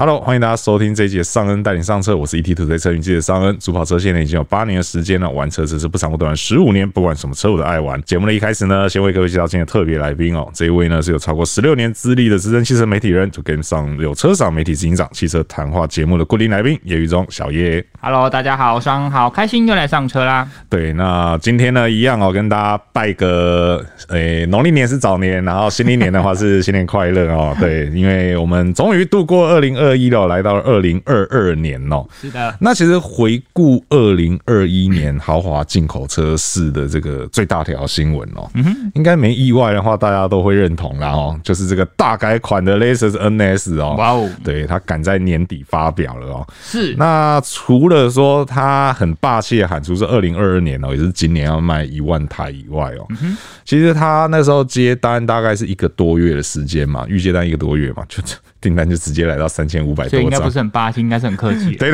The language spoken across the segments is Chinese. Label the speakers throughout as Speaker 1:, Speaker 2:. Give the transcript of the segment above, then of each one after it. Speaker 1: Hello，欢迎大家收听这一节尚恩带你上车，我是 ET 土堆车云记者尚恩。主跑车现在已经有八年的时间了，玩车只是不长不短，十五年，不管什么车我都爱玩。节目的一开始呢，先为各位介绍今天的特别来宾哦，这一位呢是有超过十六年资历的资深汽车媒体人，To Game 上有车赏媒体执行长，汽车谈话节目的固定来宾，叶玉中小叶。
Speaker 2: Hello，大家好，上好，开心又来上车啦！
Speaker 1: 对，那今天呢，一样哦，跟大家拜个，诶、农历年是早年，然后新历年的话是新年快乐哦。对，因为我们终于度过二零二一了，来到了二零二二年哦。
Speaker 2: 是的，
Speaker 1: 那其实回顾二零二一年豪华进口车市的这个最大条新闻哦，应该没意外的话，大家都会认同啦哦，就是这个大改款的 Lexus NS 哦，
Speaker 2: 哇哦
Speaker 1: 对，它赶在年底发表了哦。
Speaker 2: 是
Speaker 1: 那除了说他很霸气的喊出是二零二二年哦，也是今年要卖一万台以外哦，
Speaker 2: 嗯
Speaker 1: 其实他那时候接单大概是一个多月的时间嘛，预接单一个多月嘛，就 订单就直接来到三千五百
Speaker 2: 所以
Speaker 1: 多
Speaker 2: 应该
Speaker 1: 张
Speaker 2: 不。是很霸气，应该是很客 气。对，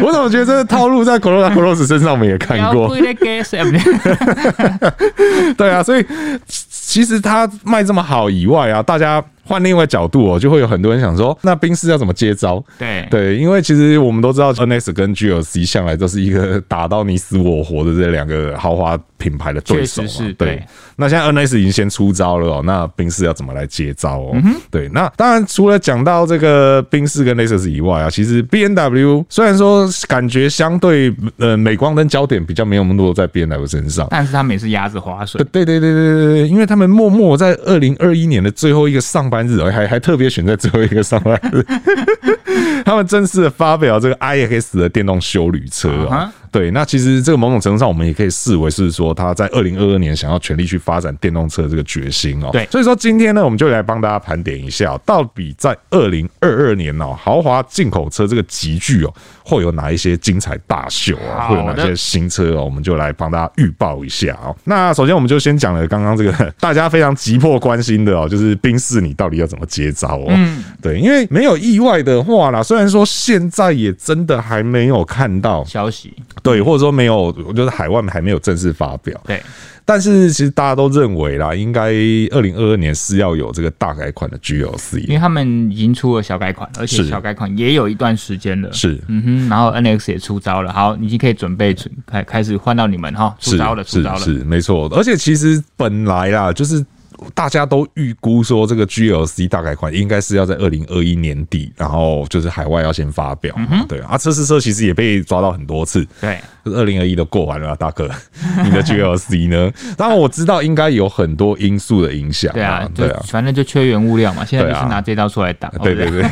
Speaker 1: 我怎么觉得这个套路在 Corolla Cross 身上我们也看过？ 对啊，所以其其实它卖这么好以外啊，大家换另外角度哦，就会有很多人想说，那宾士要怎么接招？
Speaker 2: 对
Speaker 1: 对，因为其实我们都知道，NS 跟 GLC 向来都是一个打到你死我活的这两个豪华品牌的对手嘛。
Speaker 2: 确实是
Speaker 1: 对
Speaker 2: 对
Speaker 1: 那现在 NS 已经先出招了哦，那宾士要怎么来接招
Speaker 2: 嗯
Speaker 1: 哦？对，那当然除了讲到这个宾士跟 Lexus 以外啊，其实 B N W 虽然说感觉相对呃镁光灯焦点比较没有那么多在 B N W 身上，
Speaker 2: 但是他们也是鸭子划水，
Speaker 1: 对对对对对对对，因为他们默默在二零二一年的最后一个上班日，还还特别选在最后一个上班日， 他们正式的发表这个 iX 的电动修旅车
Speaker 2: 啊
Speaker 1: 啊、
Speaker 2: 哈
Speaker 1: 对，那其实这个某种程度上，我们也可以视为是说他在二零二二年想要全力去发展电动车这个决心哦。
Speaker 2: 对
Speaker 1: 所以说今天呢，我们就来帮大家盘点一下哦、到底在二零二二年哦，豪华进口车这个集聚哦，会有哪一些精彩大秀啊，
Speaker 2: 好
Speaker 1: 会有哪
Speaker 2: 的
Speaker 1: 些新车哦，我们就来帮大家预报一下哦。那首先我们就先讲了刚刚这个 大家非常急迫关心的哦，就是宾士你到底要怎么接招哦？嗯，对，因为没有意外的话啦，虽然说现在也真的还没有看到，
Speaker 2: 消息
Speaker 1: 对，或者说没有，就是海外还没有正式发表，
Speaker 2: 对，
Speaker 1: 但是其实大家都认为啦，应该二零二二年是要有这个大改款的 GLC
Speaker 2: 因为他们已经出了小改款，而且
Speaker 1: 是
Speaker 2: 小改款也有一段时间了。
Speaker 1: 是。
Speaker 2: 嗯哼，然后 NX 也出招了，好，你已经可以准备准开开始换到你们哈，出
Speaker 1: 是
Speaker 2: 招了，出招了
Speaker 1: 是，是没错。而且其实本来啦，就是。大家都预估说，这个 GLC 大改款应该是要在二零二一年底，然后就是海外要先发表
Speaker 2: 嗯
Speaker 1: 嘛，对啊。测试车其实也被抓到很多次，
Speaker 2: 对，
Speaker 1: 二零二一都过完了啊，大哥， 你 的 GLC 呢？当然我知道应该有很多因素的影响，
Speaker 2: 对啊，就
Speaker 1: 对啊，
Speaker 2: 反正就缺原物料嘛，现在就
Speaker 1: 对啊
Speaker 2: 是拿这招出来打，哦
Speaker 1: 对对，对。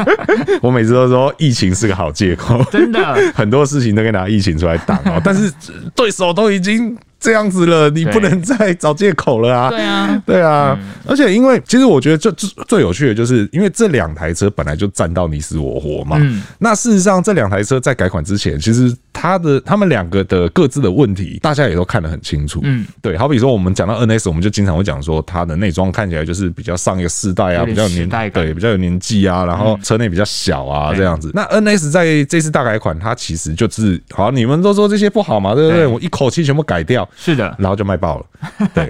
Speaker 1: 我每次都说疫情是个好借口，
Speaker 2: 啊真的，
Speaker 1: 很多事情都可以拿疫情出来挡 哦，但是对手都已经这样子了，你
Speaker 2: 对
Speaker 1: 不能再找借口了啊！
Speaker 2: 对 啊，
Speaker 1: 对啊，而且因为其实我觉得最最最有趣的就是，因为这两台车本来就战到你死我活嘛。
Speaker 2: 嗯
Speaker 1: 那事实上，这两台车在改款之前，其实它的他们两个的各自的问题，大家也都看得很清楚。
Speaker 2: 嗯，
Speaker 1: 对，好比说我们讲到 NS，我们就经常会讲说它的内装看起来就是比较上一个世代啊，
Speaker 2: 有
Speaker 1: 比
Speaker 2: 点
Speaker 1: 较有
Speaker 2: 时
Speaker 1: 年
Speaker 2: 代感嗯
Speaker 1: 对比较有年纪啊，然后车内比较小啊
Speaker 2: 对
Speaker 1: 这样子。那 NS 在这次大改款，它其实就是好，你们都说这些不好嘛，对不对？
Speaker 2: 对
Speaker 1: 我一口气全部改掉，
Speaker 2: 是的，
Speaker 1: 然后就卖爆了。 对，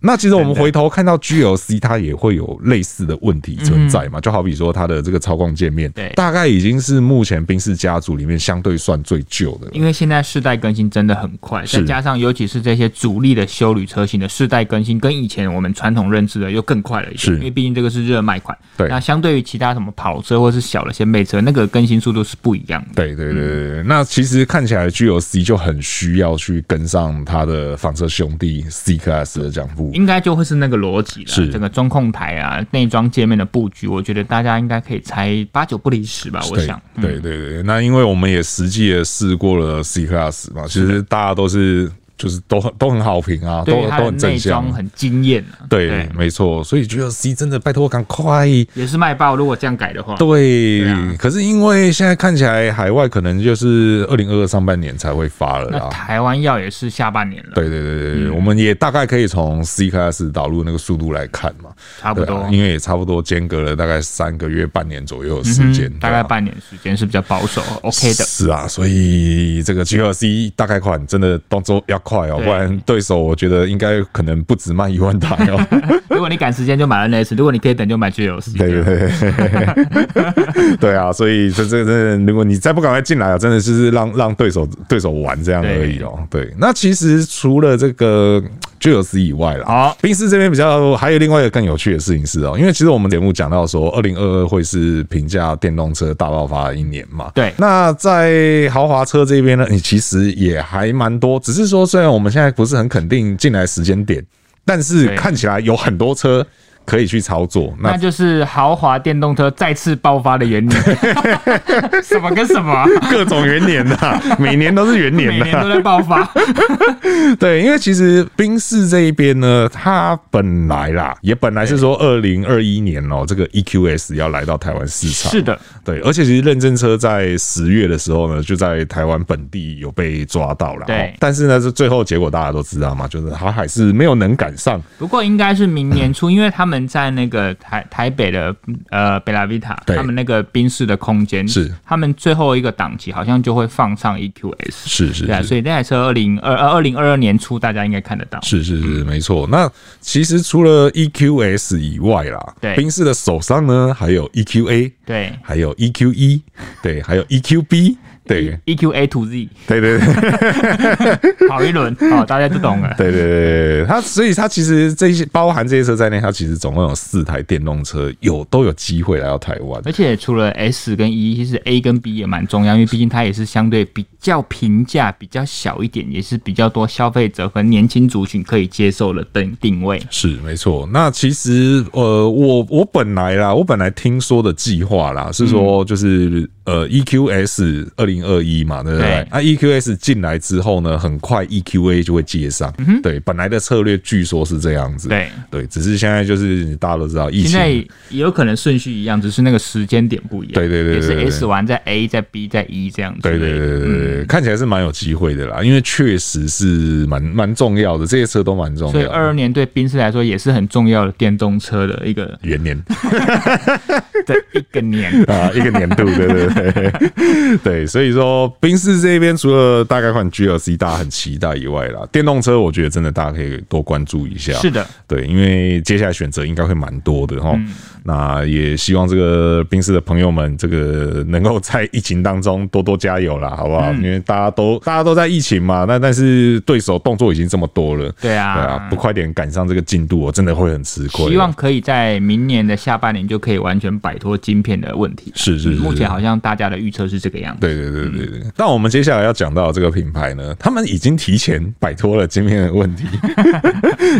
Speaker 1: 那其实我们回头看到 GLC，它也会有类似的问题存在嘛，就好比说它的这个操控界面，
Speaker 2: 嗯对
Speaker 1: 大概已经是目前宾士家族里面相对算最旧的了。
Speaker 2: 因为现在世代更新真的很快，
Speaker 1: 是
Speaker 2: 再加上尤其是这些主力的修旅车型的世代更新，跟以前我们传统认知的又更快了一些。
Speaker 1: 是
Speaker 2: 因为毕竟这个是热卖款，
Speaker 1: 对
Speaker 2: 那相对于其他什么跑车或是小的掀背车，那个更新速度是不一样的。
Speaker 1: 对对对对对，那其实看起来 GLC 就很需要去跟上它的房车兄弟 C Class 的脚步。
Speaker 2: 应该就会是那个逻辑了，
Speaker 1: 是
Speaker 2: 整个中控台啊、内装界面的布局，我觉得大家应该可以猜八九不离十吧。我
Speaker 1: 对
Speaker 2: 想，嗯
Speaker 1: 对对对，那因为我们也实际的试过了 C Class 嘛，其实大家都是就是都很都很好评啊，都
Speaker 2: 对于它
Speaker 1: 都
Speaker 2: 的
Speaker 1: 很
Speaker 2: 内
Speaker 1: 正向
Speaker 2: 装。很惊艳啊，
Speaker 1: 对，没错，所以 GLC 真的拜托赶快。
Speaker 2: 也是卖爆。如果这样改的话，
Speaker 1: 对，
Speaker 2: 啊
Speaker 1: 可是因为现在看起来海外可能就是二零二二上半年才会发了
Speaker 2: 那嗯
Speaker 1: 啦。
Speaker 2: 台湾要也是下半年了，
Speaker 1: 对对对对对，我们也大概可以从 C 开始导入那个速度来看嘛，
Speaker 2: 差不
Speaker 1: 对
Speaker 2: 多
Speaker 1: 啊，。因为也差不多间隔了大概三个月、半年左右的时间，
Speaker 2: 嗯大
Speaker 1: 对啊
Speaker 2: 概半年时间是比较保守，OK 的。
Speaker 1: 是啊，所以这个 GLC 大概款真的动作要快哦，
Speaker 2: 对
Speaker 1: 不然对手我觉得应该可能不止卖一万台哦。
Speaker 2: 如果你赶时间就买 NS，如果你可以等就买 GLC。
Speaker 1: 对对对， 对啊，所以这这这，如果你再不赶快进来啊，真的就是让让对手对手玩这样而已哦。对，那其实除了这个 g e s 以外啦，
Speaker 2: 好
Speaker 1: 冰室这边比较还有另外一个更有趣的事情是哦，因为其实我们节目讲到说，二零二二会是评价电动车大爆发的一年嘛。
Speaker 2: 对
Speaker 1: 那在豪华车这边呢，你其实也还蛮多，只是说虽然我们现在不是很肯定进来时间点，但是
Speaker 2: 对
Speaker 1: 看起来有很多车。可以去操作，那
Speaker 2: 那就是豪华电动车再次爆发的 元年，什么跟什么啊、
Speaker 1: 各种元年 呐、每年都是元年
Speaker 2: 每
Speaker 1: 呐、
Speaker 2: 年都在爆发。
Speaker 1: 对，因为其实冰室这一边呢，它本来啦，也本来是说二零二一年哦、这个 EQS 要来到台湾市场。
Speaker 2: 是的，
Speaker 1: 对，而且其实认证车在十月的时候呢，就在台湾本地有被抓到了。
Speaker 2: 对
Speaker 1: 哦但是呢，这最后结果大家都知道嘛，就是它还是没有能赶上。
Speaker 2: 不过应该是明年
Speaker 1: 嗯
Speaker 2: 初，因为他们在那个台台北的呃贝拉维塔，
Speaker 1: 对
Speaker 2: 他们那个宾士的空间
Speaker 1: 是
Speaker 2: 他们最后一个档期好像就会放上 EQS。
Speaker 1: 是是
Speaker 2: 对啊，
Speaker 1: 是。
Speaker 2: 所以那台车二零二呃二二零二二年初大家应该看得到。
Speaker 1: 是是是，没错。那其实除了 EQS 以外啦，
Speaker 2: 对
Speaker 1: 宾士的手上呢还有 E EQA，
Speaker 2: 对
Speaker 1: 还有 EQ 一，对，还有 EQ B，对，
Speaker 2: ，EQA E to Z
Speaker 1: E，对对对
Speaker 2: 跑一轮，好，大家就懂了。
Speaker 1: 对对对对，它所以它其实这些包含这些车在内，它其实总共有四台电动车有都有机会来到台湾。
Speaker 2: 而且除了 S 跟 E，其实 A 跟 B 也蛮重要，因为毕竟它也是相对比较平价、比较小一点，也是比较多消费者和年轻族群可以接受的定定位。
Speaker 1: 是没错，那其实呃，我我本来啦，我本来听说的计划啦，是说就是、呃，EQS 二零二一嘛，对啊不对
Speaker 2: 对？
Speaker 1: 那 EQS 进来之后呢，很快 EQA 就会接上，对，本来的策略据说是这样子，
Speaker 2: 对
Speaker 1: 嗯对，只是现在就是大家都知道疫
Speaker 2: 现
Speaker 1: 情
Speaker 2: 在也有可能顺序一样，只是那个时间点不一样。
Speaker 1: 对对对对对对
Speaker 2: 也是 S 完再 A 再 B 再 E 这样子。嗯
Speaker 1: 对对对对对对，看起来是蛮有机会的啦，因为确实是蛮蛮重要的，这些车都蛮重
Speaker 2: 所以
Speaker 1: 要
Speaker 2: 二
Speaker 1: 的。
Speaker 2: 二年对宾士来说也是很重要的电动车的一个
Speaker 1: 元年。
Speaker 2: 的一个年
Speaker 1: 啊，一个年度，对对对对 对，所以说宾士这边除了大概款 GLC 大家很期待以外啦，电动车我觉得真的大家可以多关注一下。
Speaker 2: 是的，
Speaker 1: 对，啊因为接下来选择应该会蛮多的哈。
Speaker 2: 嗯
Speaker 1: 那也希望这个冰室的朋友们，这个能够在疫情当中多多加油啦，好不
Speaker 2: 嗯
Speaker 1: 好？因为大家都大家都在疫情嘛，那但是对手动作已经这么多了，
Speaker 2: 对啊
Speaker 1: 对啊，不快点赶上这个进度，我真的会很吃亏。
Speaker 2: 希望可以在明年的下半年就可以完全摆脱晶片的问题。
Speaker 1: 是是是
Speaker 2: 目前好像大家的预测是这个样子。
Speaker 1: 对对对对对，那我们接下来要讲到这个品牌呢，他们已经提前摆脱了晶片的问 题，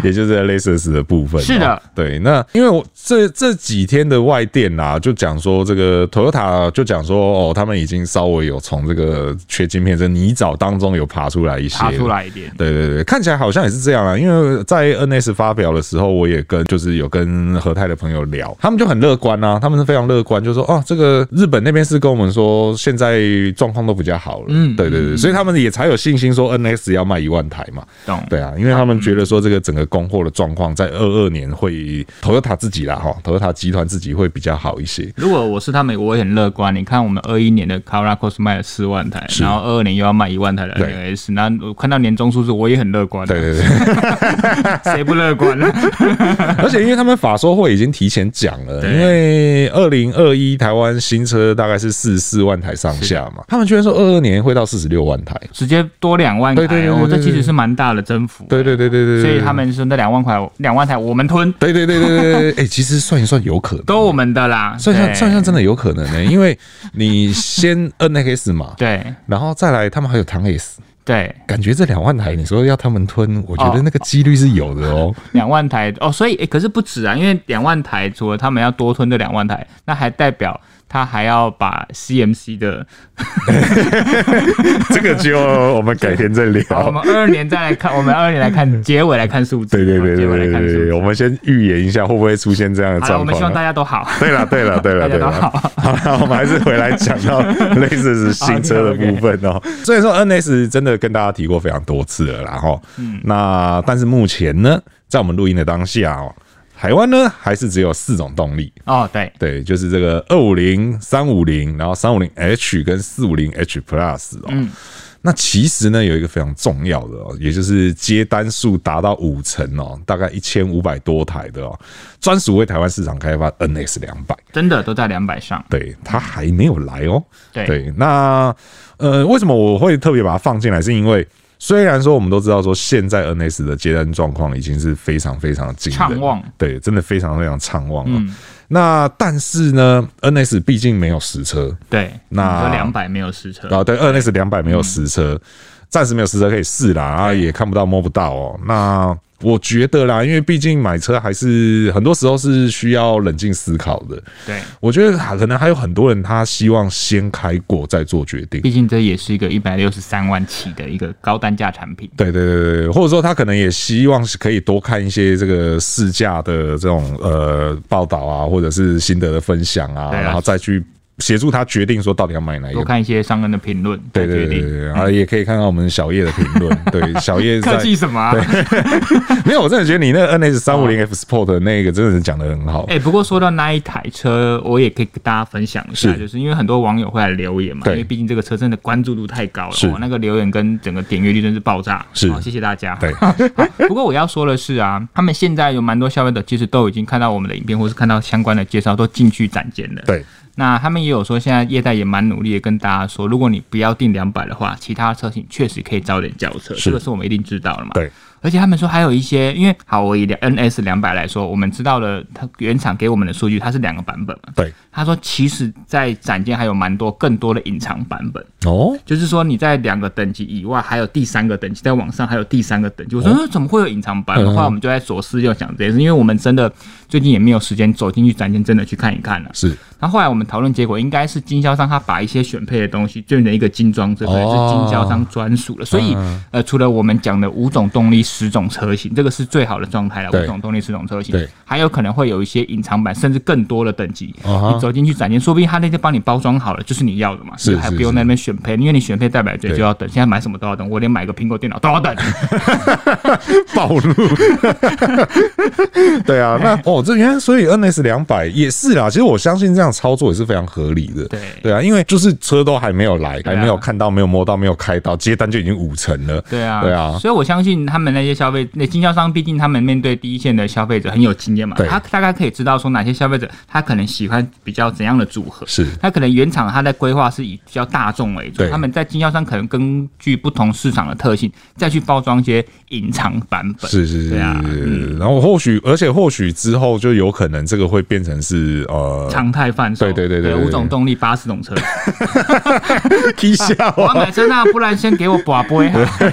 Speaker 1: 也就是在 Lexus 的部分哦。
Speaker 2: 是的
Speaker 1: 对。那因为我这这几天的外电啊，就讲说这个 Toyota 就讲说哦，他们已经稍微有从这个缺晶片这泥沼当中有爬出来一些，
Speaker 2: 查出。来一点。
Speaker 1: 对对对，看起来好像也是这样啊。因为在 NS 发表的时候，我也跟就是有跟和泰的朋友聊，他们就很乐观啊，他们是非常乐观，就说哦，这个日本那边是跟我们说现在状况都比较好了，嗯，对对对，所以他们也才有信心说 NS 要卖一万台嘛，
Speaker 2: 懂
Speaker 1: 对啊，因为他们觉得说这个整个供货的状况在二二年会 Toyota 自己啦哈，Toyota 集团自己会比较好一些，
Speaker 2: 如果我是他们，我也很乐观。你看，我们二一年的 Corolla Cross 卖了四万台，然后二二年又要卖一万台的
Speaker 1: 对
Speaker 2: NS，那我看到年终数字，我也很乐观。啊
Speaker 1: 对，对对。
Speaker 2: 谁不 乐观呢？
Speaker 1: 而且因为他们法说会已经提前讲了，
Speaker 2: 对
Speaker 1: 因为二零二一台湾新车大概是四十四万台上下嘛，他们居然说二二年会到四十六万台。
Speaker 2: 直接多两万台，
Speaker 1: 对对对对
Speaker 2: 哦，这
Speaker 1: 对
Speaker 2: 其实是蛮大的增幅。欸
Speaker 1: 对对对对对，对
Speaker 2: 所以他们说那两万块，两万台我们吞，
Speaker 1: 对对对对对对，对哎，其实算一算有可能，
Speaker 2: 都我们的啦。
Speaker 1: 算一算
Speaker 2: 对
Speaker 1: 算一算真的有可能 呢，因为你先 NX 嘛，
Speaker 2: 对
Speaker 1: 然后再来他们还有唐 S。
Speaker 2: 对，
Speaker 1: 感觉这两万台，你说要他们吞，我觉得那个几率是有的哦。
Speaker 2: 两万台哦，所以、诶可是不止啊，因为两万台除了他们要多吞这两万台，那还代表他还要把 CMC 的，
Speaker 1: 这个就我们改天再
Speaker 2: 好我
Speaker 1: 聊。
Speaker 2: 们二二年再来 看，我们二二年来看结尾来看数
Speaker 1: 哦
Speaker 2: 字，
Speaker 1: 对对对
Speaker 2: 结
Speaker 1: 对
Speaker 2: 尾
Speaker 1: 对
Speaker 2: 来看
Speaker 1: 对
Speaker 2: 数
Speaker 1: 对，
Speaker 2: 字。
Speaker 1: 我们先预言一下会不会出现这样的
Speaker 2: 好了，
Speaker 1: 状
Speaker 2: 我
Speaker 1: 况
Speaker 2: 们
Speaker 1: 啊。
Speaker 2: 希望大家都好。
Speaker 1: 对了，对了，对了，
Speaker 2: 大家
Speaker 1: 对
Speaker 2: 都
Speaker 1: 了，
Speaker 2: 好
Speaker 1: 好了，我们还是回来讲到类似是新车的部分
Speaker 2: 啊
Speaker 1: 哦。所以说，NS 真的跟大家提过非常多次了啦，然后，
Speaker 2: 嗯
Speaker 1: 那但是目前呢，在我们录音的当下哦，台湾呢还是只有四种动力，
Speaker 2: 哦，对，
Speaker 1: 对，就是这
Speaker 2: 嗯
Speaker 1: 个二五零、三五零，然后三五零 H 跟四五零 H Plus 哦。那其实呢，有一个非常重要的哦，也就是接单数达到五成哦，大概一千五百多台的哦，专属为台湾市场开发 NX 两百。
Speaker 2: 真的都在两百上。
Speaker 1: 对，它还没有来哦。
Speaker 2: 对
Speaker 1: 那呃，为什么我会特别把它放进来？是因为虽然说我们都知道说现在 NS 的接单状况已经是非常非常惊人，
Speaker 2: 畅旺，嗯
Speaker 1: 对，真的非常非常畅旺了、那但是呢，NS 毕竟没有实车，
Speaker 2: 对，
Speaker 1: 那
Speaker 2: 两百没有实车。
Speaker 1: 啊，对，NS 两百没有实
Speaker 2: 嗯
Speaker 1: 车，暂、时没有实车可以试啦，啊，也看不到摸不到哦。那我觉得啦，因为毕竟买车还是很多时候是需要冷静思考的。
Speaker 2: 对，
Speaker 1: 我觉得可能还有很多人他希望先开过再做决定。
Speaker 2: 毕竟这也是一个一百六十三万起的一个高单价产品。
Speaker 1: 对对对对对，或者说他可能也希望是可以多看一些这个试驾的这种呃报道啊，或者是心得的分享啊，
Speaker 2: 对啊
Speaker 1: 然后再去协助他决定说到底要买哪一
Speaker 2: 多
Speaker 1: 个。
Speaker 2: 看一些商人的评论，
Speaker 1: 对对
Speaker 2: 再决
Speaker 1: 对
Speaker 2: 定
Speaker 1: 对对，然后也可以看看我们小叶的评 论。对，小叶在
Speaker 2: 客气什么啊、
Speaker 1: 没有，我真的觉得你那个 NS 三五零 F Sport 的那个真的是讲的很好。
Speaker 2: 哎、不过说到那一台车，我也可以跟大家分享一下，
Speaker 1: 是
Speaker 2: 就是因为很多网友会来留言嘛，
Speaker 1: 对
Speaker 2: 因为毕竟这个车真的关注度太高了，
Speaker 1: 是
Speaker 2: 哦、那个留言跟整个点阅率真是爆炸，
Speaker 1: 是
Speaker 2: 好谢谢大家。
Speaker 1: 对
Speaker 2: 好不过我要说的是啊，他们现在有蛮多消费者其实都已经看到我们的影片，或是看到相关的介绍，都进去展间了。
Speaker 1: 对，
Speaker 2: 那他们也有说，现在业代也蛮努力的跟大家说，如果你不要定两百的话，其他车型确实可以早点交车，
Speaker 1: 是
Speaker 2: 这个是我们一定知道的嘛。
Speaker 1: 对。
Speaker 2: 而且他们说还有一些，因为好，我以 NS 两百来说，我们知道了它原厂给我们的数据，它是两个版本嘛。
Speaker 1: 对，
Speaker 2: 他说其实，在展间还有蛮多更多的隐藏版本，
Speaker 1: 哦，
Speaker 2: 就是说你在两个等级以外，还有第三个等级，在网上还有第三个等级。我说、呃怎么会有隐藏版？
Speaker 1: 哦嗯
Speaker 2: 后来我们就在左思右想这件事，因为我们真的最近也没有时间走进去展间，真的去看一看了、
Speaker 1: 是
Speaker 2: 然后后来我们讨论结果应该是经销商他把一些选配的东西变成一个精装车，可能是经销商专属
Speaker 1: 嗯
Speaker 2: 了。所以呃，除了我们讲的五种动力十种车型，这个是最好的状态了，
Speaker 1: 对
Speaker 2: 五种动力十种车型
Speaker 1: 对，
Speaker 2: 还有可能会有一些隐藏版，甚至更多的等级。
Speaker 1: 啊哈
Speaker 2: 你走进去展间，说不定他那天帮你包装好了，就是你要的嘛，
Speaker 1: 是
Speaker 2: 你还
Speaker 1: 是
Speaker 2: 不用
Speaker 1: 是
Speaker 2: 在那边选配，因为你选配代表队就要等，现在买什么都要等，我连买个苹果电脑都要等。
Speaker 1: 暴露。 对啊，
Speaker 2: 哎
Speaker 1: 那哦，这原来所以 NS 两百也是啦。其实我相信这样操作也是非常合理的。
Speaker 2: 对
Speaker 1: 对啊，因为就是车都还没有来，
Speaker 2: 啊
Speaker 1: 还没有看到，没有摸到，没有开到，接单就已经五成了。
Speaker 2: 对啊，
Speaker 1: 对啊，
Speaker 2: 所以我相信他们那些消费，那经销商毕竟他们面对第一线的消费者很有经验嘛
Speaker 1: 对，
Speaker 2: 他大概可以知道说哪些消费者他可能喜欢比较怎样的组合。
Speaker 1: 是
Speaker 2: 他可能原厂他在规划是以比较大众为主
Speaker 1: 对，
Speaker 2: 他们在经销商可能根据不同市场的特性再去包装一些隐藏版本。
Speaker 1: 是是是
Speaker 2: 对啊
Speaker 1: 是，然后或许，而且或许之后就有可能这个会变成是呃，
Speaker 2: 常态贩售，
Speaker 1: 对对对对对对
Speaker 2: 五种动力八十种车，
Speaker 1: 踢笑
Speaker 2: 我
Speaker 1: 啊
Speaker 2: 要买车那不然先给我把 杯哈。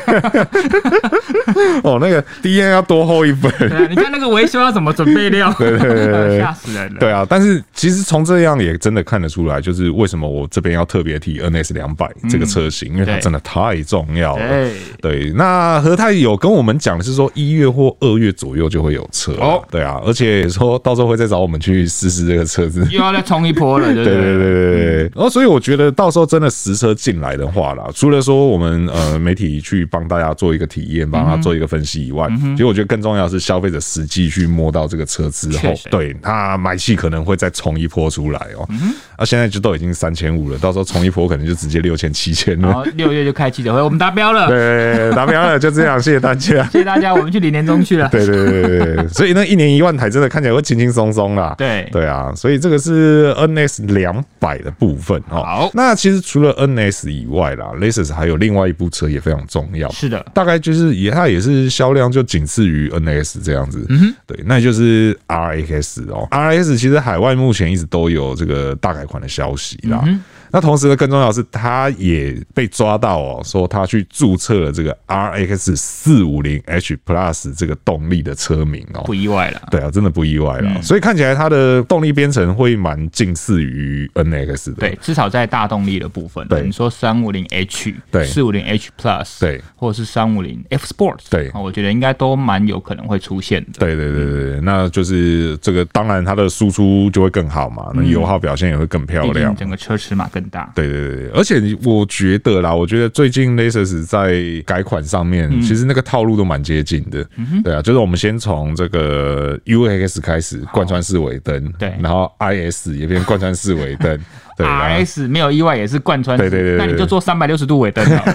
Speaker 1: 哦，那个 D N 要多厚一本，
Speaker 2: 对啊，你看那个维修要怎么准备料，
Speaker 1: 对对对对对
Speaker 2: 吓死人了。
Speaker 1: 对啊，但是其实从这样也真的看得出来，就是为什么我这边要特别提 NS 两百这个车型，因为它
Speaker 2: 嗯对
Speaker 1: 真的太重要了。
Speaker 2: 对。
Speaker 1: 对，那和泰有跟我们讲的是说，一月或二月左右就会有车
Speaker 2: 哦
Speaker 1: 对啊，而且说到时候会再找我们去试试这个车子。
Speaker 2: 又要再冲一波了，对不
Speaker 1: 对对对对对，然后所以我觉得到时候真的实车进来的话啦，除了说我们呃媒体去帮大家做一个体验，帮
Speaker 2: 嗯
Speaker 1: 他做一个分析以外，其实我觉得更重要的是消费者实际去摸到这个车之后
Speaker 2: 确实，
Speaker 1: 对他买气可能会再冲一波出来哦。
Speaker 2: 嗯
Speaker 1: 啊，现在就都已经三千五了，到时候冲一波可能就直接六千七千
Speaker 2: 然
Speaker 1: 了。
Speaker 2: 后六月就开记者会，我们达标了，
Speaker 1: 对，达标了，就这样，谢谢大家。
Speaker 2: 谢谢大家，我们去李年中去了。
Speaker 1: 对对对对对对， 所以那一年一万台真的看起来会轻轻松松啦。
Speaker 2: 对
Speaker 1: 对啊，所以这个是 NS 两百的部分哦。
Speaker 2: 好
Speaker 1: 那其实除了 NS 以外啦，Lexus 还有另外一部车也非常重要。
Speaker 2: 是的
Speaker 1: 大概就是也它也是销量就仅次于 NS 这样子。嗯对，那就是 RX 哦，RX 其实海外目前一直都有这个大改款的消息啦。
Speaker 2: 嗯
Speaker 1: 那同时呢，更重要的是，他也被抓到哦，说他去注册了这个 RX 四五零 H Plus 这个动力的车名哦。
Speaker 2: 不嗯意外了。
Speaker 1: 对啊，真的不意外啦。所以看起来它的动力编程会蛮近似于 NX 的。
Speaker 2: 对，至少在大动力的部分，
Speaker 1: 对
Speaker 2: 你说三五零 H，
Speaker 1: 对
Speaker 2: 四五零 H Plus，
Speaker 1: 对，
Speaker 2: 或者是三五零 F Sport，
Speaker 1: 对
Speaker 2: 我觉得应该都蛮有可能会出现的。
Speaker 1: 对对对对对，那就是这个，当然它的输出就会更好嘛，
Speaker 2: 嗯
Speaker 1: 那油耗表现也会更漂
Speaker 2: 毕
Speaker 1: 亮
Speaker 2: 竟。整个车尺码更大，
Speaker 1: 对对对，对而且我觉得啦，我觉得最近 Lexus 在改款上面，
Speaker 2: 嗯
Speaker 1: 其实那个套路都蛮接近的。对啊，就是我们先从这个 UX 开始贯穿式尾灯，
Speaker 2: 对
Speaker 1: 然后 IS 也变贯穿式尾灯对然后
Speaker 2: RS 没有意外也是贯穿，
Speaker 1: 对对对对对
Speaker 2: 那你就做三百六十度尾 灯哦，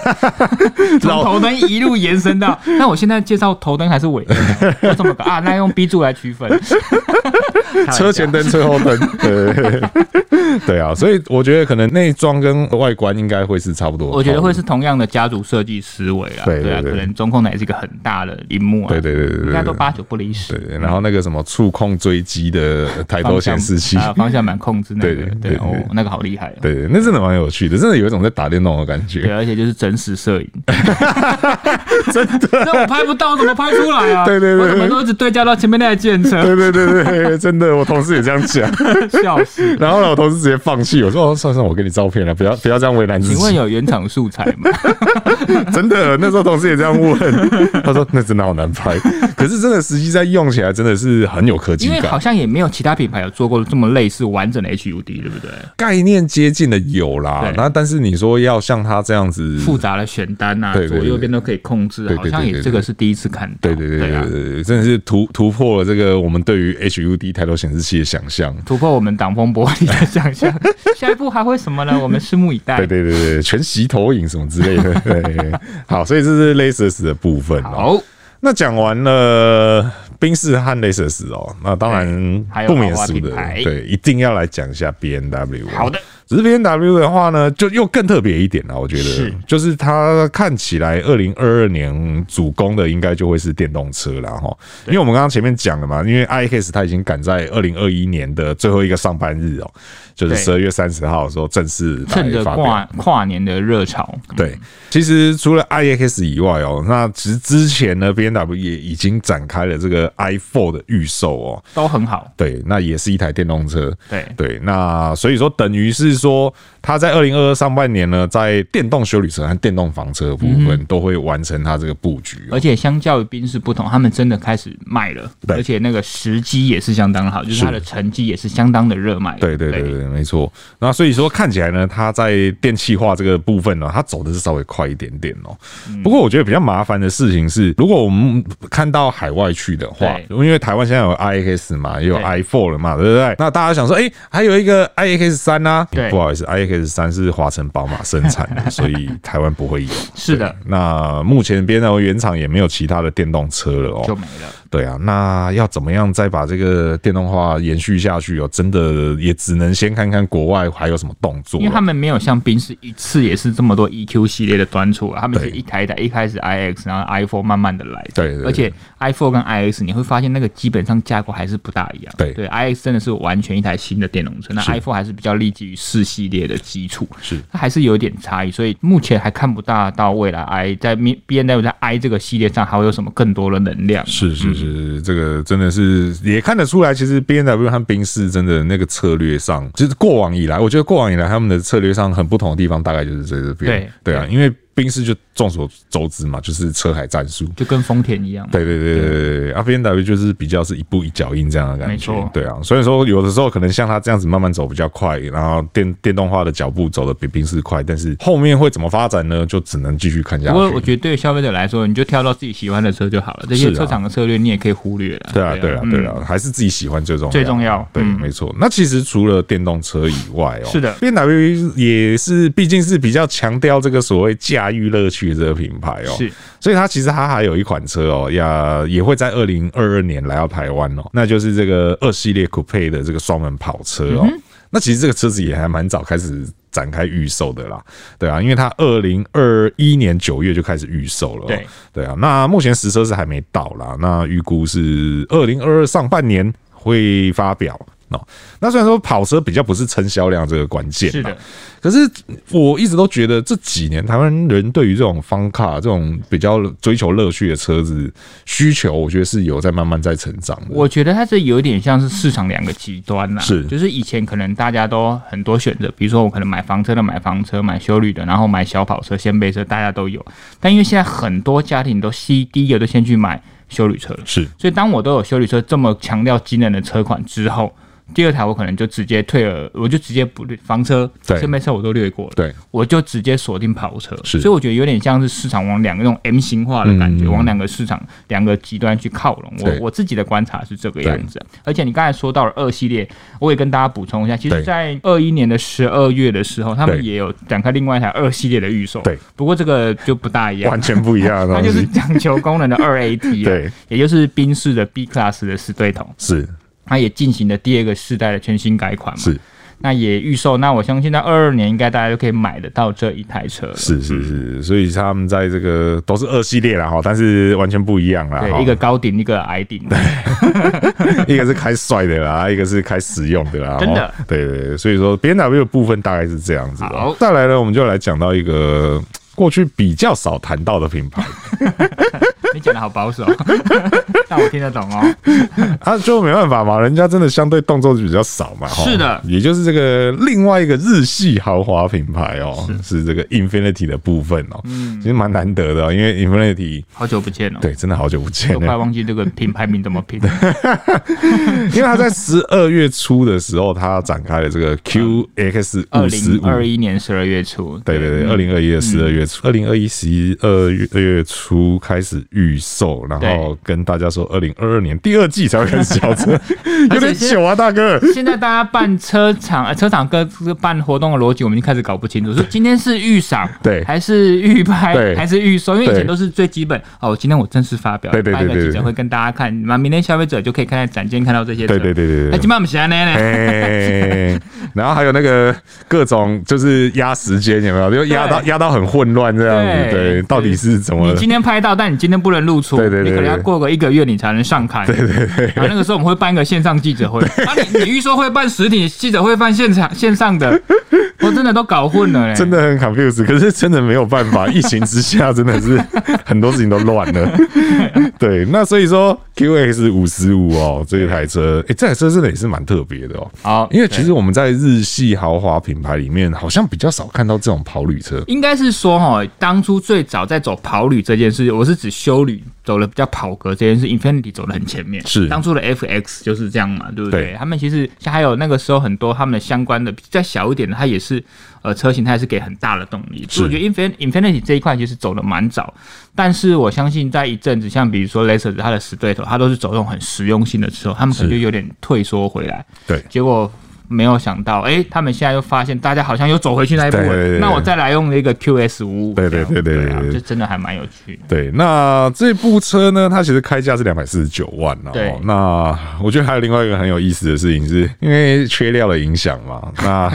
Speaker 2: 从头灯一路延伸到。那我现在介绍头灯还是尾灯哦？我怎么搞啊？那用 B 柱来区 分，
Speaker 1: 车前灯、车后灯， 对对对对啊，所以我觉得可能内装跟外观应该会是差不多。
Speaker 2: 我觉得会是同样的家族设计思维啦。
Speaker 1: 对对
Speaker 2: 啊，
Speaker 1: 对
Speaker 2: 可能中控台也是一个很大的荧幕啊，
Speaker 1: 对对对对
Speaker 2: 应
Speaker 1: 对
Speaker 2: 该
Speaker 1: 对
Speaker 2: 都八九不离十。
Speaker 1: 对对，然后那个什么触控追击的抬头
Speaker 2: 方
Speaker 1: 显
Speaker 2: 向
Speaker 1: 示器，
Speaker 2: 啊，方向盘控制那
Speaker 1: 对
Speaker 2: 个
Speaker 1: 对，对
Speaker 2: 对哦
Speaker 1: 对，
Speaker 2: 那个好厉害哦。
Speaker 1: 对对，那真的蛮有趣的，真的有一种在打电动的感
Speaker 2: 对，啊
Speaker 1: 觉。
Speaker 2: 而且就是真实摄 影， 真的，那我拍不到，我怎么拍出来啊？
Speaker 1: 对对对
Speaker 2: 我怎么都一直对焦到前面那台电车，
Speaker 1: 对对对对，真的，我同事也这样讲。
Speaker 2: 笑 死！
Speaker 1: 然后呢，我同事直接放弃，我说：“哦，算了算了，我给你照片了，不要不要这样为难自
Speaker 2: 请问
Speaker 1: 己。
Speaker 2: 有原厂素材 吗？
Speaker 1: 真的，那时候同事也这样问，他说：“那真的好难拍。”可是真的实际在用起来，真的是很有科技
Speaker 2: 因为好
Speaker 1: 感，
Speaker 2: 像也没有其他品牌有做过这么类似完整的 HUD，对不对？
Speaker 1: 概念接近的有啦
Speaker 2: 对。
Speaker 1: 那但是你说要像他这样子，
Speaker 2: 复杂的选单啊，
Speaker 1: 对对对
Speaker 2: 左右边都可以控制，
Speaker 1: 对对
Speaker 2: 好像
Speaker 1: 对
Speaker 2: 也
Speaker 1: 对
Speaker 2: 这个是第一次看到。
Speaker 1: 对对对对
Speaker 2: 啊
Speaker 1: 对，对对，真的是突突破了这个我们对于 HUD 抬头显示器的想象。
Speaker 2: 突破我们挡风玻璃的想象， 下一步还会什么呢？我们拭目以待。
Speaker 1: 对对对对，全息投影什么之类的。 对，好，所以这是 Laser's 的部分、哦。
Speaker 2: 好，
Speaker 1: 那讲完了宾士和 Lexus 哦，那当然
Speaker 2: 还有
Speaker 1: 不免俗
Speaker 2: 豪
Speaker 1: 的
Speaker 2: 华品牌，
Speaker 1: 对，一定要来讲一下 B N W。哦
Speaker 2: 好的，
Speaker 1: 只是 B N W 的话呢，就又更特别一点啦，我觉得
Speaker 2: 是
Speaker 1: 就是它看起来二零二二年主攻的应该就会是电动车啦，哈，因为我们刚刚前面讲了嘛，因为 I X 它已经赶在二零二一年的最后一个上班日哦，就是
Speaker 2: 对
Speaker 1: 十二月三十号的时候正式来
Speaker 2: 趁着
Speaker 1: 发表
Speaker 2: 跨跨年的热潮，
Speaker 1: 对，其实除了 iX 以外哦，那其实之前呢，B N W 也已经展开了这个 i4 的预售哦。
Speaker 2: 都很好。
Speaker 1: 对，那也是一台电动车。
Speaker 2: 对
Speaker 1: 对，那所以说等于是说，它在二零二二上半年呢，在电动修理车和电动房车的部分都会完成它这个布局哦、
Speaker 2: 而且相较于宾士不同，他们真的开始卖了，
Speaker 1: 对
Speaker 2: 而且那个时机也是相当好，就是是它的成绩也是相当的热卖。
Speaker 1: 对对对对，没错。那所以说看起来呢，它在电气化这个部分呢，它走的是稍微快一点点哦、
Speaker 2: 嗯
Speaker 1: 不过我觉得比较麻烦的事情是，如果我们看到海外去的话，
Speaker 2: 对
Speaker 1: 因为台湾现在有 iX 嘛，也有
Speaker 2: 对
Speaker 1: i4 了嘛，对不对？那大家想说，哎、还有一个 iX 三啊，
Speaker 2: 对
Speaker 1: 不好意思，iX 三是华晨宝马生产 的，所以台湾不会有。
Speaker 2: 是的，
Speaker 1: 那目前边头原厂也没有其他的电动车了哦、
Speaker 2: 就没了。
Speaker 1: 对啊，那要怎么样再把这个电动化延续下去哦？真的也只能先看看国外还有什么动作啊
Speaker 2: 因
Speaker 1: 了
Speaker 2: 为。他们没有像宾士一次也是这么多 EQ 系列的端出来，他们是
Speaker 1: 对
Speaker 2: 一台一台，一开始 iX，然后 i4 慢慢的来。
Speaker 1: 对对对
Speaker 2: 而且 i4 跟 iX 你会发现那个基本上架构还是不大一样。
Speaker 1: 对
Speaker 2: 对，iX 真的是完全一台新的电动车，那
Speaker 1: 是
Speaker 2: i4 还是比较立基于四系列的基础，
Speaker 1: 是
Speaker 2: 它还是有一点差异，所以目前还看不大到未来 i 在 B N W 在 i 这个系列上还会有什么更多的能量。
Speaker 1: 是是是，这个真的是也看得出来，其实 B N W 和宾士真的那个策略上，就是过往以来，我觉得过往以来他们的策略上很不同的地方，大概就是在这边。
Speaker 2: 对
Speaker 1: 对啊，因为宾士就众所周知嘛，就是车海战术。
Speaker 2: 就跟丰田一样嘛，
Speaker 1: 对对对对对对，啊，B N W 就是比较是一步一脚印这样的感
Speaker 2: 没
Speaker 1: 觉
Speaker 2: 错，
Speaker 1: 对啊，所以说有的时候可能像他这样子慢慢走比较快，然后电电动化的脚步走的比宾士快，但是后面会怎么发展呢？就只能继续看下
Speaker 2: 不过我
Speaker 1: 去。
Speaker 2: 觉得对于消费者来说，你就挑到自己喜欢的车就好了，这
Speaker 1: 是
Speaker 2: 些
Speaker 1: 啊
Speaker 2: 车厂的策略你也可以忽略了。
Speaker 1: 对啊，对啊，对
Speaker 2: 嗯
Speaker 1: 啊，还是自己喜欢最重要，
Speaker 2: 最重要
Speaker 1: 对，
Speaker 2: 嗯
Speaker 1: 没错。那其实除了电动车以外哦，
Speaker 2: 是的
Speaker 1: ，B N W 也是毕竟是比较强调这个所谓驾驭乐趣的这个品牌哦，
Speaker 2: 是
Speaker 1: 所以它其实它还有一款车哦，呀，也会在二零二二年来到台湾哦，那就是这个二系列 Coupe 的这个双门跑车哦。
Speaker 2: 嗯
Speaker 1: 那其实这个车子也还蛮早开始展开预售的啦，对啊，因为它二零二一年九月就开始预售了、哦，
Speaker 2: 对
Speaker 1: 对啊。那目前实车是还没到啦，那预估是二零二二上半年会发表。哦，那虽然说跑车比较不是撑销量这个关键，
Speaker 2: 是的，
Speaker 1: 可是我一直都觉得这几年台湾人对于这种方卡这种比较追求乐趣的车子需求，我觉得是有在慢慢在成长的。
Speaker 2: 我觉得它是有点像是市场两个极端啦，
Speaker 1: 是
Speaker 2: 就是以前可能大家都很多选择，比如说我可能买房车的买房车，买修旅的，然后买小跑车、掀背车，大家都有。但因为现在很多家庭都西第一个都先去买修旅车了，
Speaker 1: 是
Speaker 2: 所以当我都有修旅车这么强调机能的车款之后，第二台我可能就直接退了，我就直接不房车、
Speaker 1: 对
Speaker 2: 车、备车我都略过了，
Speaker 1: 对，
Speaker 2: 我就直接锁定跑车，
Speaker 1: 是嗯
Speaker 2: 所以我觉得有点像是市场往两个那种 M 型化的感觉，往两个市场两个极端去靠拢。
Speaker 1: 对
Speaker 2: 我我自己的观察是这个
Speaker 1: 对
Speaker 2: 样子。而且你刚才说到了二系列，我也跟大家补充一下，其
Speaker 1: 对
Speaker 2: 实在二一年的十二月的时候，他们
Speaker 1: 对
Speaker 2: 也有展开另外一台二系列的预售，
Speaker 1: 对，
Speaker 2: 不过这个就不大一样
Speaker 1: 完。全不一样的
Speaker 2: 它
Speaker 1: 东
Speaker 2: 就是
Speaker 1: 西，
Speaker 2: 讲求功能的二 AT，啊
Speaker 1: 对，
Speaker 2: 也就是宾士的 B Class 的四对筒，
Speaker 1: 是
Speaker 2: 它也进行了第二个世代的全新改款嘛。
Speaker 1: 是
Speaker 2: 那也预售，那我相信在二二年应该大家就可以买得到这一台车了。
Speaker 1: 是是是，所以他们在这个都是二系列啦哈，但是完全不一样啦，哈
Speaker 2: 对，一个高顶，一个矮顶，
Speaker 1: 一个是开帅的啦， 一个是开实用的啦。
Speaker 2: 真的
Speaker 1: 哦，对对对，所以说 B N W 的部分大概是这样子
Speaker 2: 好
Speaker 1: 的。再来呢，我们就来讲到一个。过去比较少谈到的品 牌
Speaker 2: 你讲的好保守， 但我听得懂哦。
Speaker 1: 啊，就没办法嘛，人家真的相对动作就比较少嘛。哈
Speaker 2: 是的
Speaker 1: 也就是这个另外一个日系豪华品牌哦，是这个 Infinity 的部分哦，
Speaker 2: 嗯
Speaker 1: 其实蛮难得的哦，因为 Infinity
Speaker 2: 好久不见了，
Speaker 1: 对真的好久不见
Speaker 2: 都
Speaker 1: 了
Speaker 2: 快，忘记这个品牌名怎么拼。
Speaker 1: 因为他在十二月初的时候，他展开了这个 QX
Speaker 2: 二
Speaker 1: 五十
Speaker 2: 零
Speaker 1: 五
Speaker 2: 嗯二一嗯年十二月初，
Speaker 1: 对对对，二零二一的十二月初，二零二一十一二月二月初开始预售，然后
Speaker 2: 对
Speaker 1: 跟大家说，二零二二年第二季才会开始交 车，有点
Speaker 2: 而且是
Speaker 1: 久啊，大 哥。
Speaker 2: 现在大家办车厂、呃、车厂跟办活动的逻辑，我们已经开始搞不清楚，说今天是预赏，
Speaker 1: 对
Speaker 2: 还是预
Speaker 1: 对
Speaker 2: 拍，还是预售？因为以
Speaker 1: 对
Speaker 2: 前都是最基本哦，今天我正式发表，
Speaker 1: 对对对
Speaker 2: 办一
Speaker 1: 对
Speaker 2: 个记
Speaker 1: 对
Speaker 2: 者会跟大家看，那明天消费者就可以看在展间看到这些
Speaker 1: 对
Speaker 2: 车。
Speaker 1: 对对对
Speaker 2: 那
Speaker 1: 对
Speaker 2: 今。晚我们先来呢，
Speaker 1: 哎，然后还有那个各种就是压时间，有没有？就压到
Speaker 2: 对
Speaker 1: 压到很混乱这样子，
Speaker 2: 对
Speaker 1: 对，到底是怎么
Speaker 2: 你？今天拍到，但你今天不能露出，
Speaker 1: 对对对
Speaker 2: 你可能要
Speaker 1: 对
Speaker 2: 过个一个月你才能上刊。对对对。然后那个时候我们会办一个线上记者会，啊，你你预说会办实体记者会，办现场线上的， 我真的都搞混了嘞。
Speaker 1: 真的很 confused，可是真的没有办法，疫情之下真的是很多事情都乱了。对，那所以说 QX 五十五哦，这一台车，诶，这台车真的也是蛮特别的哦。
Speaker 2: 好，
Speaker 1: 因为其实我们在日系豪华品牌里面，好像比较少看到这种跑旅车。
Speaker 2: 应该是说哈，当初最早在走跑旅这件事，我是指修旅走了比较跑格这件事，Infinity 走的很前面。
Speaker 1: 是
Speaker 2: 当初的 FX 就是这样嘛，对不对？
Speaker 1: 对
Speaker 2: 他们其实像还有那个时候很多他们的相关的再小一点的，它也是呃车型，它也是给很大的动力。所以我觉得 Infin Infinity 这一块其实走的蛮早，但是我相信在一阵子，像比如说 Laser 它的死对头，它都是走那种很实用性的时候，他们可能
Speaker 1: 是
Speaker 2: 就有点退缩回来。
Speaker 1: 对
Speaker 2: 结果没有想到，哎、他们现在又发现大家好像又走回去那一步了。
Speaker 1: 对对对对
Speaker 2: 那我再来用那个 QS 五五，
Speaker 1: 对对对对对
Speaker 2: 这样
Speaker 1: 对
Speaker 2: 这真的还蛮有趣的。
Speaker 1: 对，那这部车呢，它其实开价是两百四十九万哦
Speaker 2: 对。
Speaker 1: 那我觉得还有另外一个很有意思的事情是，因为缺料的影响嘛，那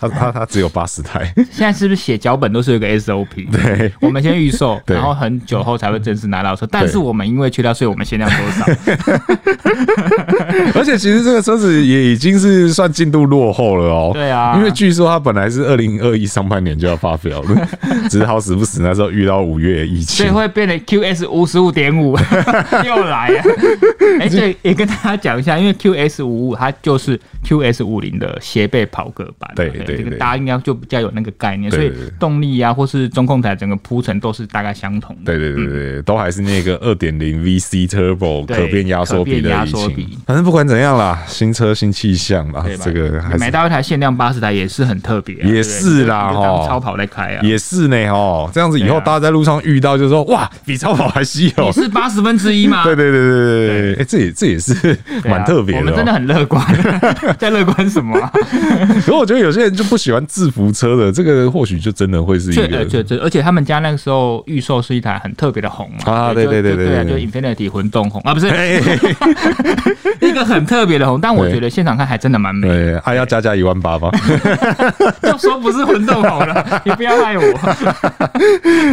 Speaker 1: 它它它只有八十台。
Speaker 2: 现在是不是写脚本 都是有个 SOP？
Speaker 1: 对，
Speaker 2: 我们先预售，
Speaker 1: 对
Speaker 2: 然后很久后才会正式拿到车。但是
Speaker 1: 对
Speaker 2: 我们因为缺料，所以我们限量多少？
Speaker 1: 而且其实这个车子也已经是算进度落后了哦。
Speaker 2: 对啊
Speaker 1: 因为据说它本来是二零二一上半年就要发表 的，只是好死不死那时候遇到五月疫
Speaker 2: 所以
Speaker 1: 情。
Speaker 2: 会变成 QS 五十五点 五， 又来了。哎、对，也跟大家讲一下，因为 QS 五五它就是 QS 五零的斜背跑格版嘛，
Speaker 1: 对对
Speaker 2: 这个
Speaker 1: 对
Speaker 2: 大家应该就比较有那个概念，所
Speaker 1: 对
Speaker 2: 以
Speaker 1: 对对
Speaker 2: 动力啊，或是中控台整个铺陈都是大概相同的。
Speaker 1: 对对对对，都还是那个二点零 VC Turbo
Speaker 2: 嗯对
Speaker 1: 可变压缩比的
Speaker 2: 可变压
Speaker 1: 引
Speaker 2: 缩
Speaker 1: 擎
Speaker 2: 比。
Speaker 1: 反正不管怎样啦，新车新气象啦
Speaker 2: 对，啊吧
Speaker 1: 这个还
Speaker 2: 你买
Speaker 1: 是
Speaker 2: 到一台限量八十台也是很特别啊、
Speaker 1: 也是啦
Speaker 2: 对不对你就
Speaker 1: 吼
Speaker 2: 当超跑在开啊，
Speaker 1: 也是呢哦。这样子以后
Speaker 2: 对啊
Speaker 1: 大家在路上遇到就说哇，比超跑还稀有
Speaker 2: 你。是八十分之一吗？
Speaker 1: 哦对对对对对对，哎，这也这也是
Speaker 2: 对啊
Speaker 1: 蛮特别的哦。
Speaker 2: 我们真的很乐观， 在乐观什么啊、
Speaker 1: 可我觉得有些人就不喜欢制服车的，这个或许就真的会是一
Speaker 2: 确呃确
Speaker 1: 个
Speaker 2: 确，而且他们家那个时候预售是一台很特别的红嘛，
Speaker 1: 啊
Speaker 2: 就
Speaker 1: 对对
Speaker 2: 就
Speaker 1: 对
Speaker 2: 对啊，
Speaker 1: 对
Speaker 2: 就 Infinity 混动红啊，不是
Speaker 1: 哎。
Speaker 2: 一个很特别的红，但我
Speaker 1: 对
Speaker 2: 觉得现场看还真的蛮美，
Speaker 1: 对，啊，要加价一万八吗？
Speaker 2: 就说不是混动红 了，你不要害我，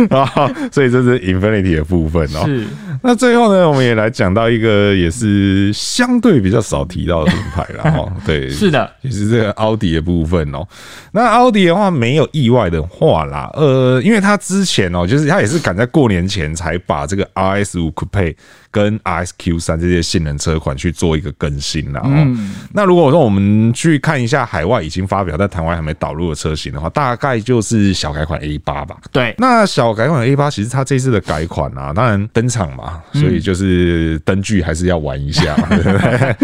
Speaker 1: 啊，所以这是 Infinity 的部分哦。
Speaker 2: 是
Speaker 1: 那最后呢，我们也来讲到一个也是相对比较少提到的品牌 啦。哦，对，
Speaker 2: 是的，
Speaker 1: 也是这个奥迪的部分哦。那奥迪的话，没有意外的话啦，呃，因为它之前哦，就是它也是赶在过年前才把这个 RS 五 Coupe
Speaker 2: 嗯
Speaker 1: 跟 RSQ 三这些性能车款去做一个更新啦。哦，那如果说我们去去看一下海外已经发表但台湾还没导入的车型的话，大概就是小改款 A 八吧。
Speaker 2: 对，
Speaker 1: 那小改款 A 八其实它这次的改款啊，当然登场嘛，所以就是灯具还是要玩一 下，对不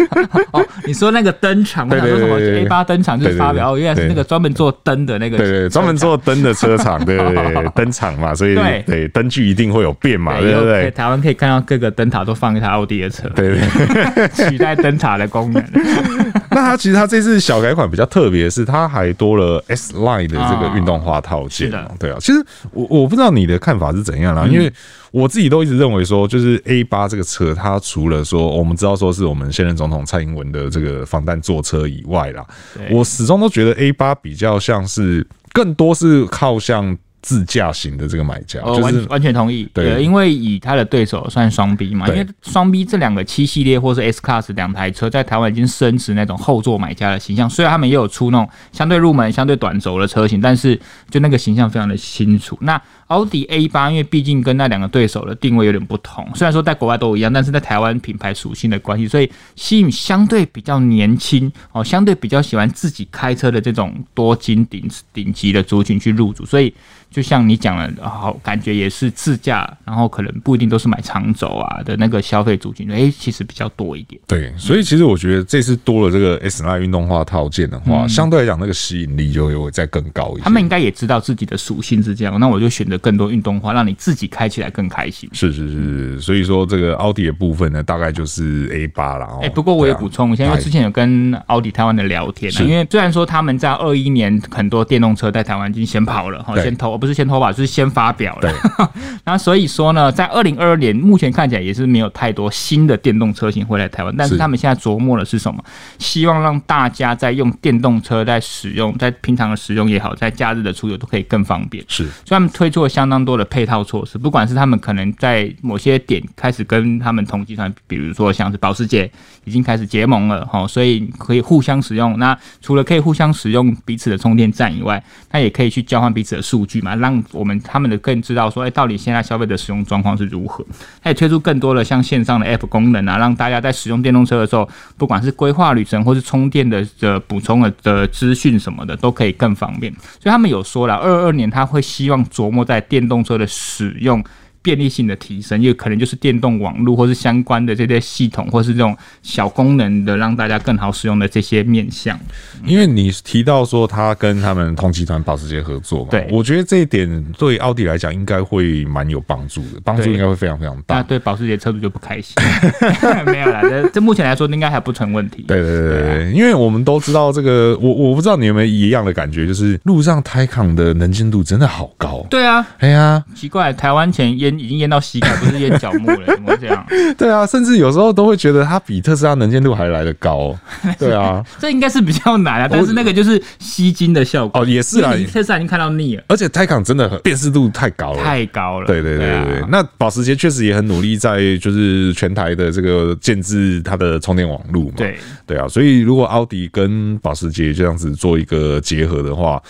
Speaker 1: 对？
Speaker 2: 哦，你说那个灯厂，我想说什么
Speaker 1: 对对对
Speaker 2: A 八灯厂就是发
Speaker 1: 对对对
Speaker 2: 表，哦，原来是那个专门做灯的那个，
Speaker 1: 对对，对专门做灯的车厂，对对 对，灯厂嘛，所以
Speaker 2: 对
Speaker 1: 对灯具一定会有变嘛，
Speaker 2: 以
Speaker 1: 对
Speaker 2: 后
Speaker 1: 不
Speaker 2: 可以
Speaker 1: 对？
Speaker 2: 台湾可以看到各个灯塔都放一台奥迪的车，
Speaker 1: 对对，
Speaker 2: 取代灯塔的功能。
Speaker 1: 那它其实它这次小改款比较特别，是它还多了 S Line 的这个运动化套件
Speaker 2: 啊是
Speaker 1: 哦、
Speaker 2: 的嗯
Speaker 1: 对啊，其实我我不知道你的看法是怎样啦，因为我自己都一直认为说，就是 A 八这个车，它除了说我们知道说是我们现任总统蔡英文的这个防弹坐车以外啦，
Speaker 2: 对
Speaker 1: 我始终都觉得 A 八比较像是更多是靠向自驾型的这个买家，
Speaker 2: 我
Speaker 1: 就
Speaker 2: 哦完、
Speaker 1: 是
Speaker 2: 完全同意，
Speaker 1: 对
Speaker 2: 呃因为以他的对手算双 B 嘛，因
Speaker 1: 对
Speaker 2: 为双 B 这两个七系列或是 S Class 两台车在台湾已经升值那种后座买家的形象，虽然他们也有出那种相对入门、相对短轴的车型，但是就那个形象非常的清楚。那奥迪 A 八，因为毕竟跟那两个对手的定位有点不同，虽然说在国外都一样，但是在台湾品牌属性的关系，所以吸引相对比较年轻哦，相对比较喜欢自己开车的这种多金顶顶级的族群去入主，所以就像你讲的，好，感觉也是自驾，然后可能不一定都是买长轴啊的那个消费族群，诶，其实比较多一点。
Speaker 1: 对，所以其实我觉得这次多了这个 S Line 运动化套件的
Speaker 2: 嗯
Speaker 1: 话，相对来讲那个吸引力就会再更高一些。
Speaker 2: 他们应该也知道自己的属性是这样，那我就选择更多运动化，让你自己开起来更开心。
Speaker 1: 是是是，所以说这个奥迪的部分呢，大概就是 A 八啦。哦
Speaker 2: 哎、不过我也
Speaker 1: 对啊
Speaker 2: 补充一下，因为
Speaker 1: 哎
Speaker 2: 之前有跟奥迪台湾的聊天、啊，
Speaker 1: 是
Speaker 2: 因为虽然说他们在二一年很多电动车在台湾已经先跑了，哈，
Speaker 1: 对
Speaker 2: 先投不是先投吧，就是先发表了。 那所以说呢，在二零二二年目前看起来也是没有太多新的电动车型会来台湾，但是
Speaker 1: 是
Speaker 2: 他们现在琢磨的是什么？希望让大家在用电动车在使用，在平常的使用也好，在假日的出游都可以更方便。
Speaker 1: 是
Speaker 2: 所以他们推出了相当多的配套措施，不管是他们可能在某些点开始跟他们同集团，比如说像是保时捷已经开始结盟了哈，所以可以互相使用。那除了可以互相使用彼此的充电站以外，那也可以去交换彼此的数据嘛，让我们他们的更知道说，哎、到底现在消费者使用状况是如何。它也推出更多的像线上的 App 功能啊，让大家在使用电动车的时候，不管是规划旅程或是充电的的补充的的资讯什么的，都可以更方便。所以他们有说了，二二年他会希望琢磨在电动车的使用。便利性的提升，也可能就是电动网络或是相关的这些系统，或是这种小功能的，让大家更好使用的这些面向。
Speaker 1: 因为你提到说他跟他们同集团保时捷合作嘛，
Speaker 2: 对
Speaker 1: 我觉得这一点对奥迪来讲应该会蛮有帮助的，帮助
Speaker 2: 对
Speaker 1: 应该会非常非常
Speaker 2: 那
Speaker 1: 大。
Speaker 2: 对保时捷车主就不开心， 没有啦，这这目前来说应该还不成问题。
Speaker 1: 对对对
Speaker 2: 啊
Speaker 1: 对，因为我们都知道这个，我我不知道你有没有一样的感觉，就是路上 Taycan 的能见度真的好高。
Speaker 2: 对啊，
Speaker 1: 哎呀，
Speaker 2: 奇怪，台湾前淹已经淹到膝盖，不是淹脚木了，怎么会这样？
Speaker 1: 对啊，甚至有时候都会觉得它比特斯拉能见度还来得高哦。对 啊，
Speaker 2: 这应该是比较难啊，但是那个就是吸睛的效果。
Speaker 1: 哦哦也是啊
Speaker 2: 因为你，特斯拉已经看到腻了，
Speaker 1: 而且 Taycan 真的很辨识度太高了，
Speaker 2: 太高了。
Speaker 1: 哦对对对对对，
Speaker 2: 啊
Speaker 1: 那保时捷确实也很努力在就是全台的这个建制它的充电网路嘛。
Speaker 2: 对，
Speaker 1: 对啊，所以如果奥迪跟保时捷这样子做一个结合的话，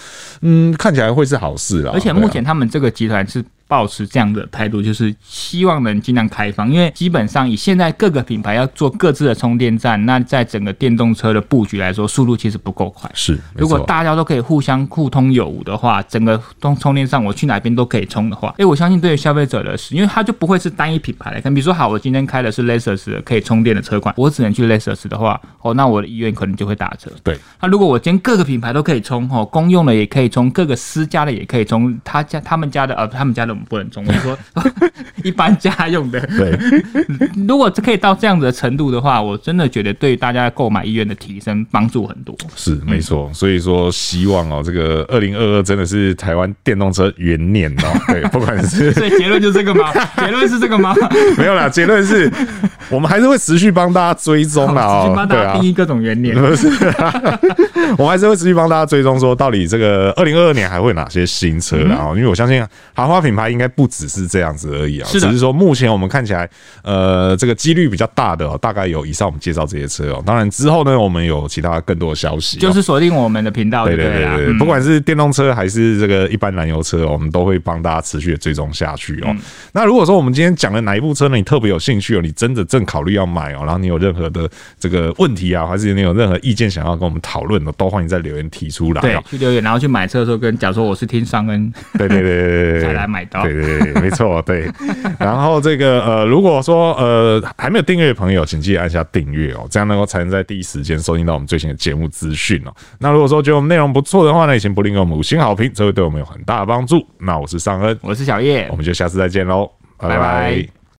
Speaker 1: 嗯，看起来会是好事啦。
Speaker 2: 而且
Speaker 1: 对啊
Speaker 2: 目前他们这个集团是保持这样的态度，就是希望能尽量开放，因为基本上以现在各个品牌要做各自的充电站，那在整个电动车的布局来说，速度其实不够快。
Speaker 1: 是，
Speaker 2: 如果
Speaker 1: 没错
Speaker 2: 大家都可以互相互通有无的话，整个充充电上我去哪边都可以充的话，诶，我相信对于消费者的是，因为它就不会是单一品牌来看。比如说，好，我今天开的是 Lexus 的可以充电的车款，我只能去 Lexus 的话，哦，那我的意愿可能就会打折。
Speaker 1: 对，
Speaker 2: 那如果我今天各个品牌都可以充，哦，公用的也可以充，各个私家的也可以充，他家他们家的呃，他们家的我们不能充，我是说 一般家用的，
Speaker 1: 对，
Speaker 2: 如果可以到这样子的程度的话，我真的觉得对大家购买意愿的提升帮助很多。
Speaker 1: 是没错，所以说希望哦，这个二零二二真的是台湾电动车元年哦。对，不管是
Speaker 2: 所以结论就是这个吗？结论是这个吗？
Speaker 1: 没有啦，结论是我们还是会持续帮大家追踪啦
Speaker 2: 好持 续
Speaker 1: 哦
Speaker 2: 帮，
Speaker 1: 对
Speaker 2: 大家
Speaker 1: 啊
Speaker 2: 定，义各种元 年。
Speaker 1: 不是， 我们还是
Speaker 2: 嗯
Speaker 1: 会持续帮大家追踪说，到底这个二零二二年还会有哪些新车啦，然后、因为我相信豪华品牌应该不只是这样子而已啊，
Speaker 2: 是的
Speaker 1: 只是说目前我们看起来，呃，这个几率比较大的、哦，大概有以上我们介绍这些车哦。当然之后呢，我们有其他更多的消息、哦，
Speaker 2: 就是锁定我们的频道
Speaker 1: 对
Speaker 2: 就
Speaker 1: 对对
Speaker 2: 了啦。
Speaker 1: 对，
Speaker 2: 嗯
Speaker 1: 不管是电动车还是这个一般燃油车哦，我们都会帮大家持续的追踪下去哦。那如果说我们今天讲的哪一部车呢，你特别有兴趣哦，你真的正考虑要买哦，然后你有任何的这个问题啊，还是你有任何意见想要跟我们讨论的，都欢迎在留言提出来
Speaker 2: 对啊
Speaker 1: 哦。，
Speaker 2: 去留言，然后去买车的时候跟讲说我是听商恩，
Speaker 1: 对对对对对，
Speaker 2: 才来买到
Speaker 1: 对对对，没错，对。然后这个呃，如果说呃还没有订阅的朋友，请记得按下订阅哦，这样能够才能在第一时间收听到我们最新的节目资讯哦。那如果说觉得我们内容不错的话呢，也请不吝给我们五星好评，这会对我们有很大的帮助。那我是尚恩，
Speaker 2: 我是小叶
Speaker 1: 我，们就下次再见喽，拜
Speaker 2: 拜拜
Speaker 1: 拜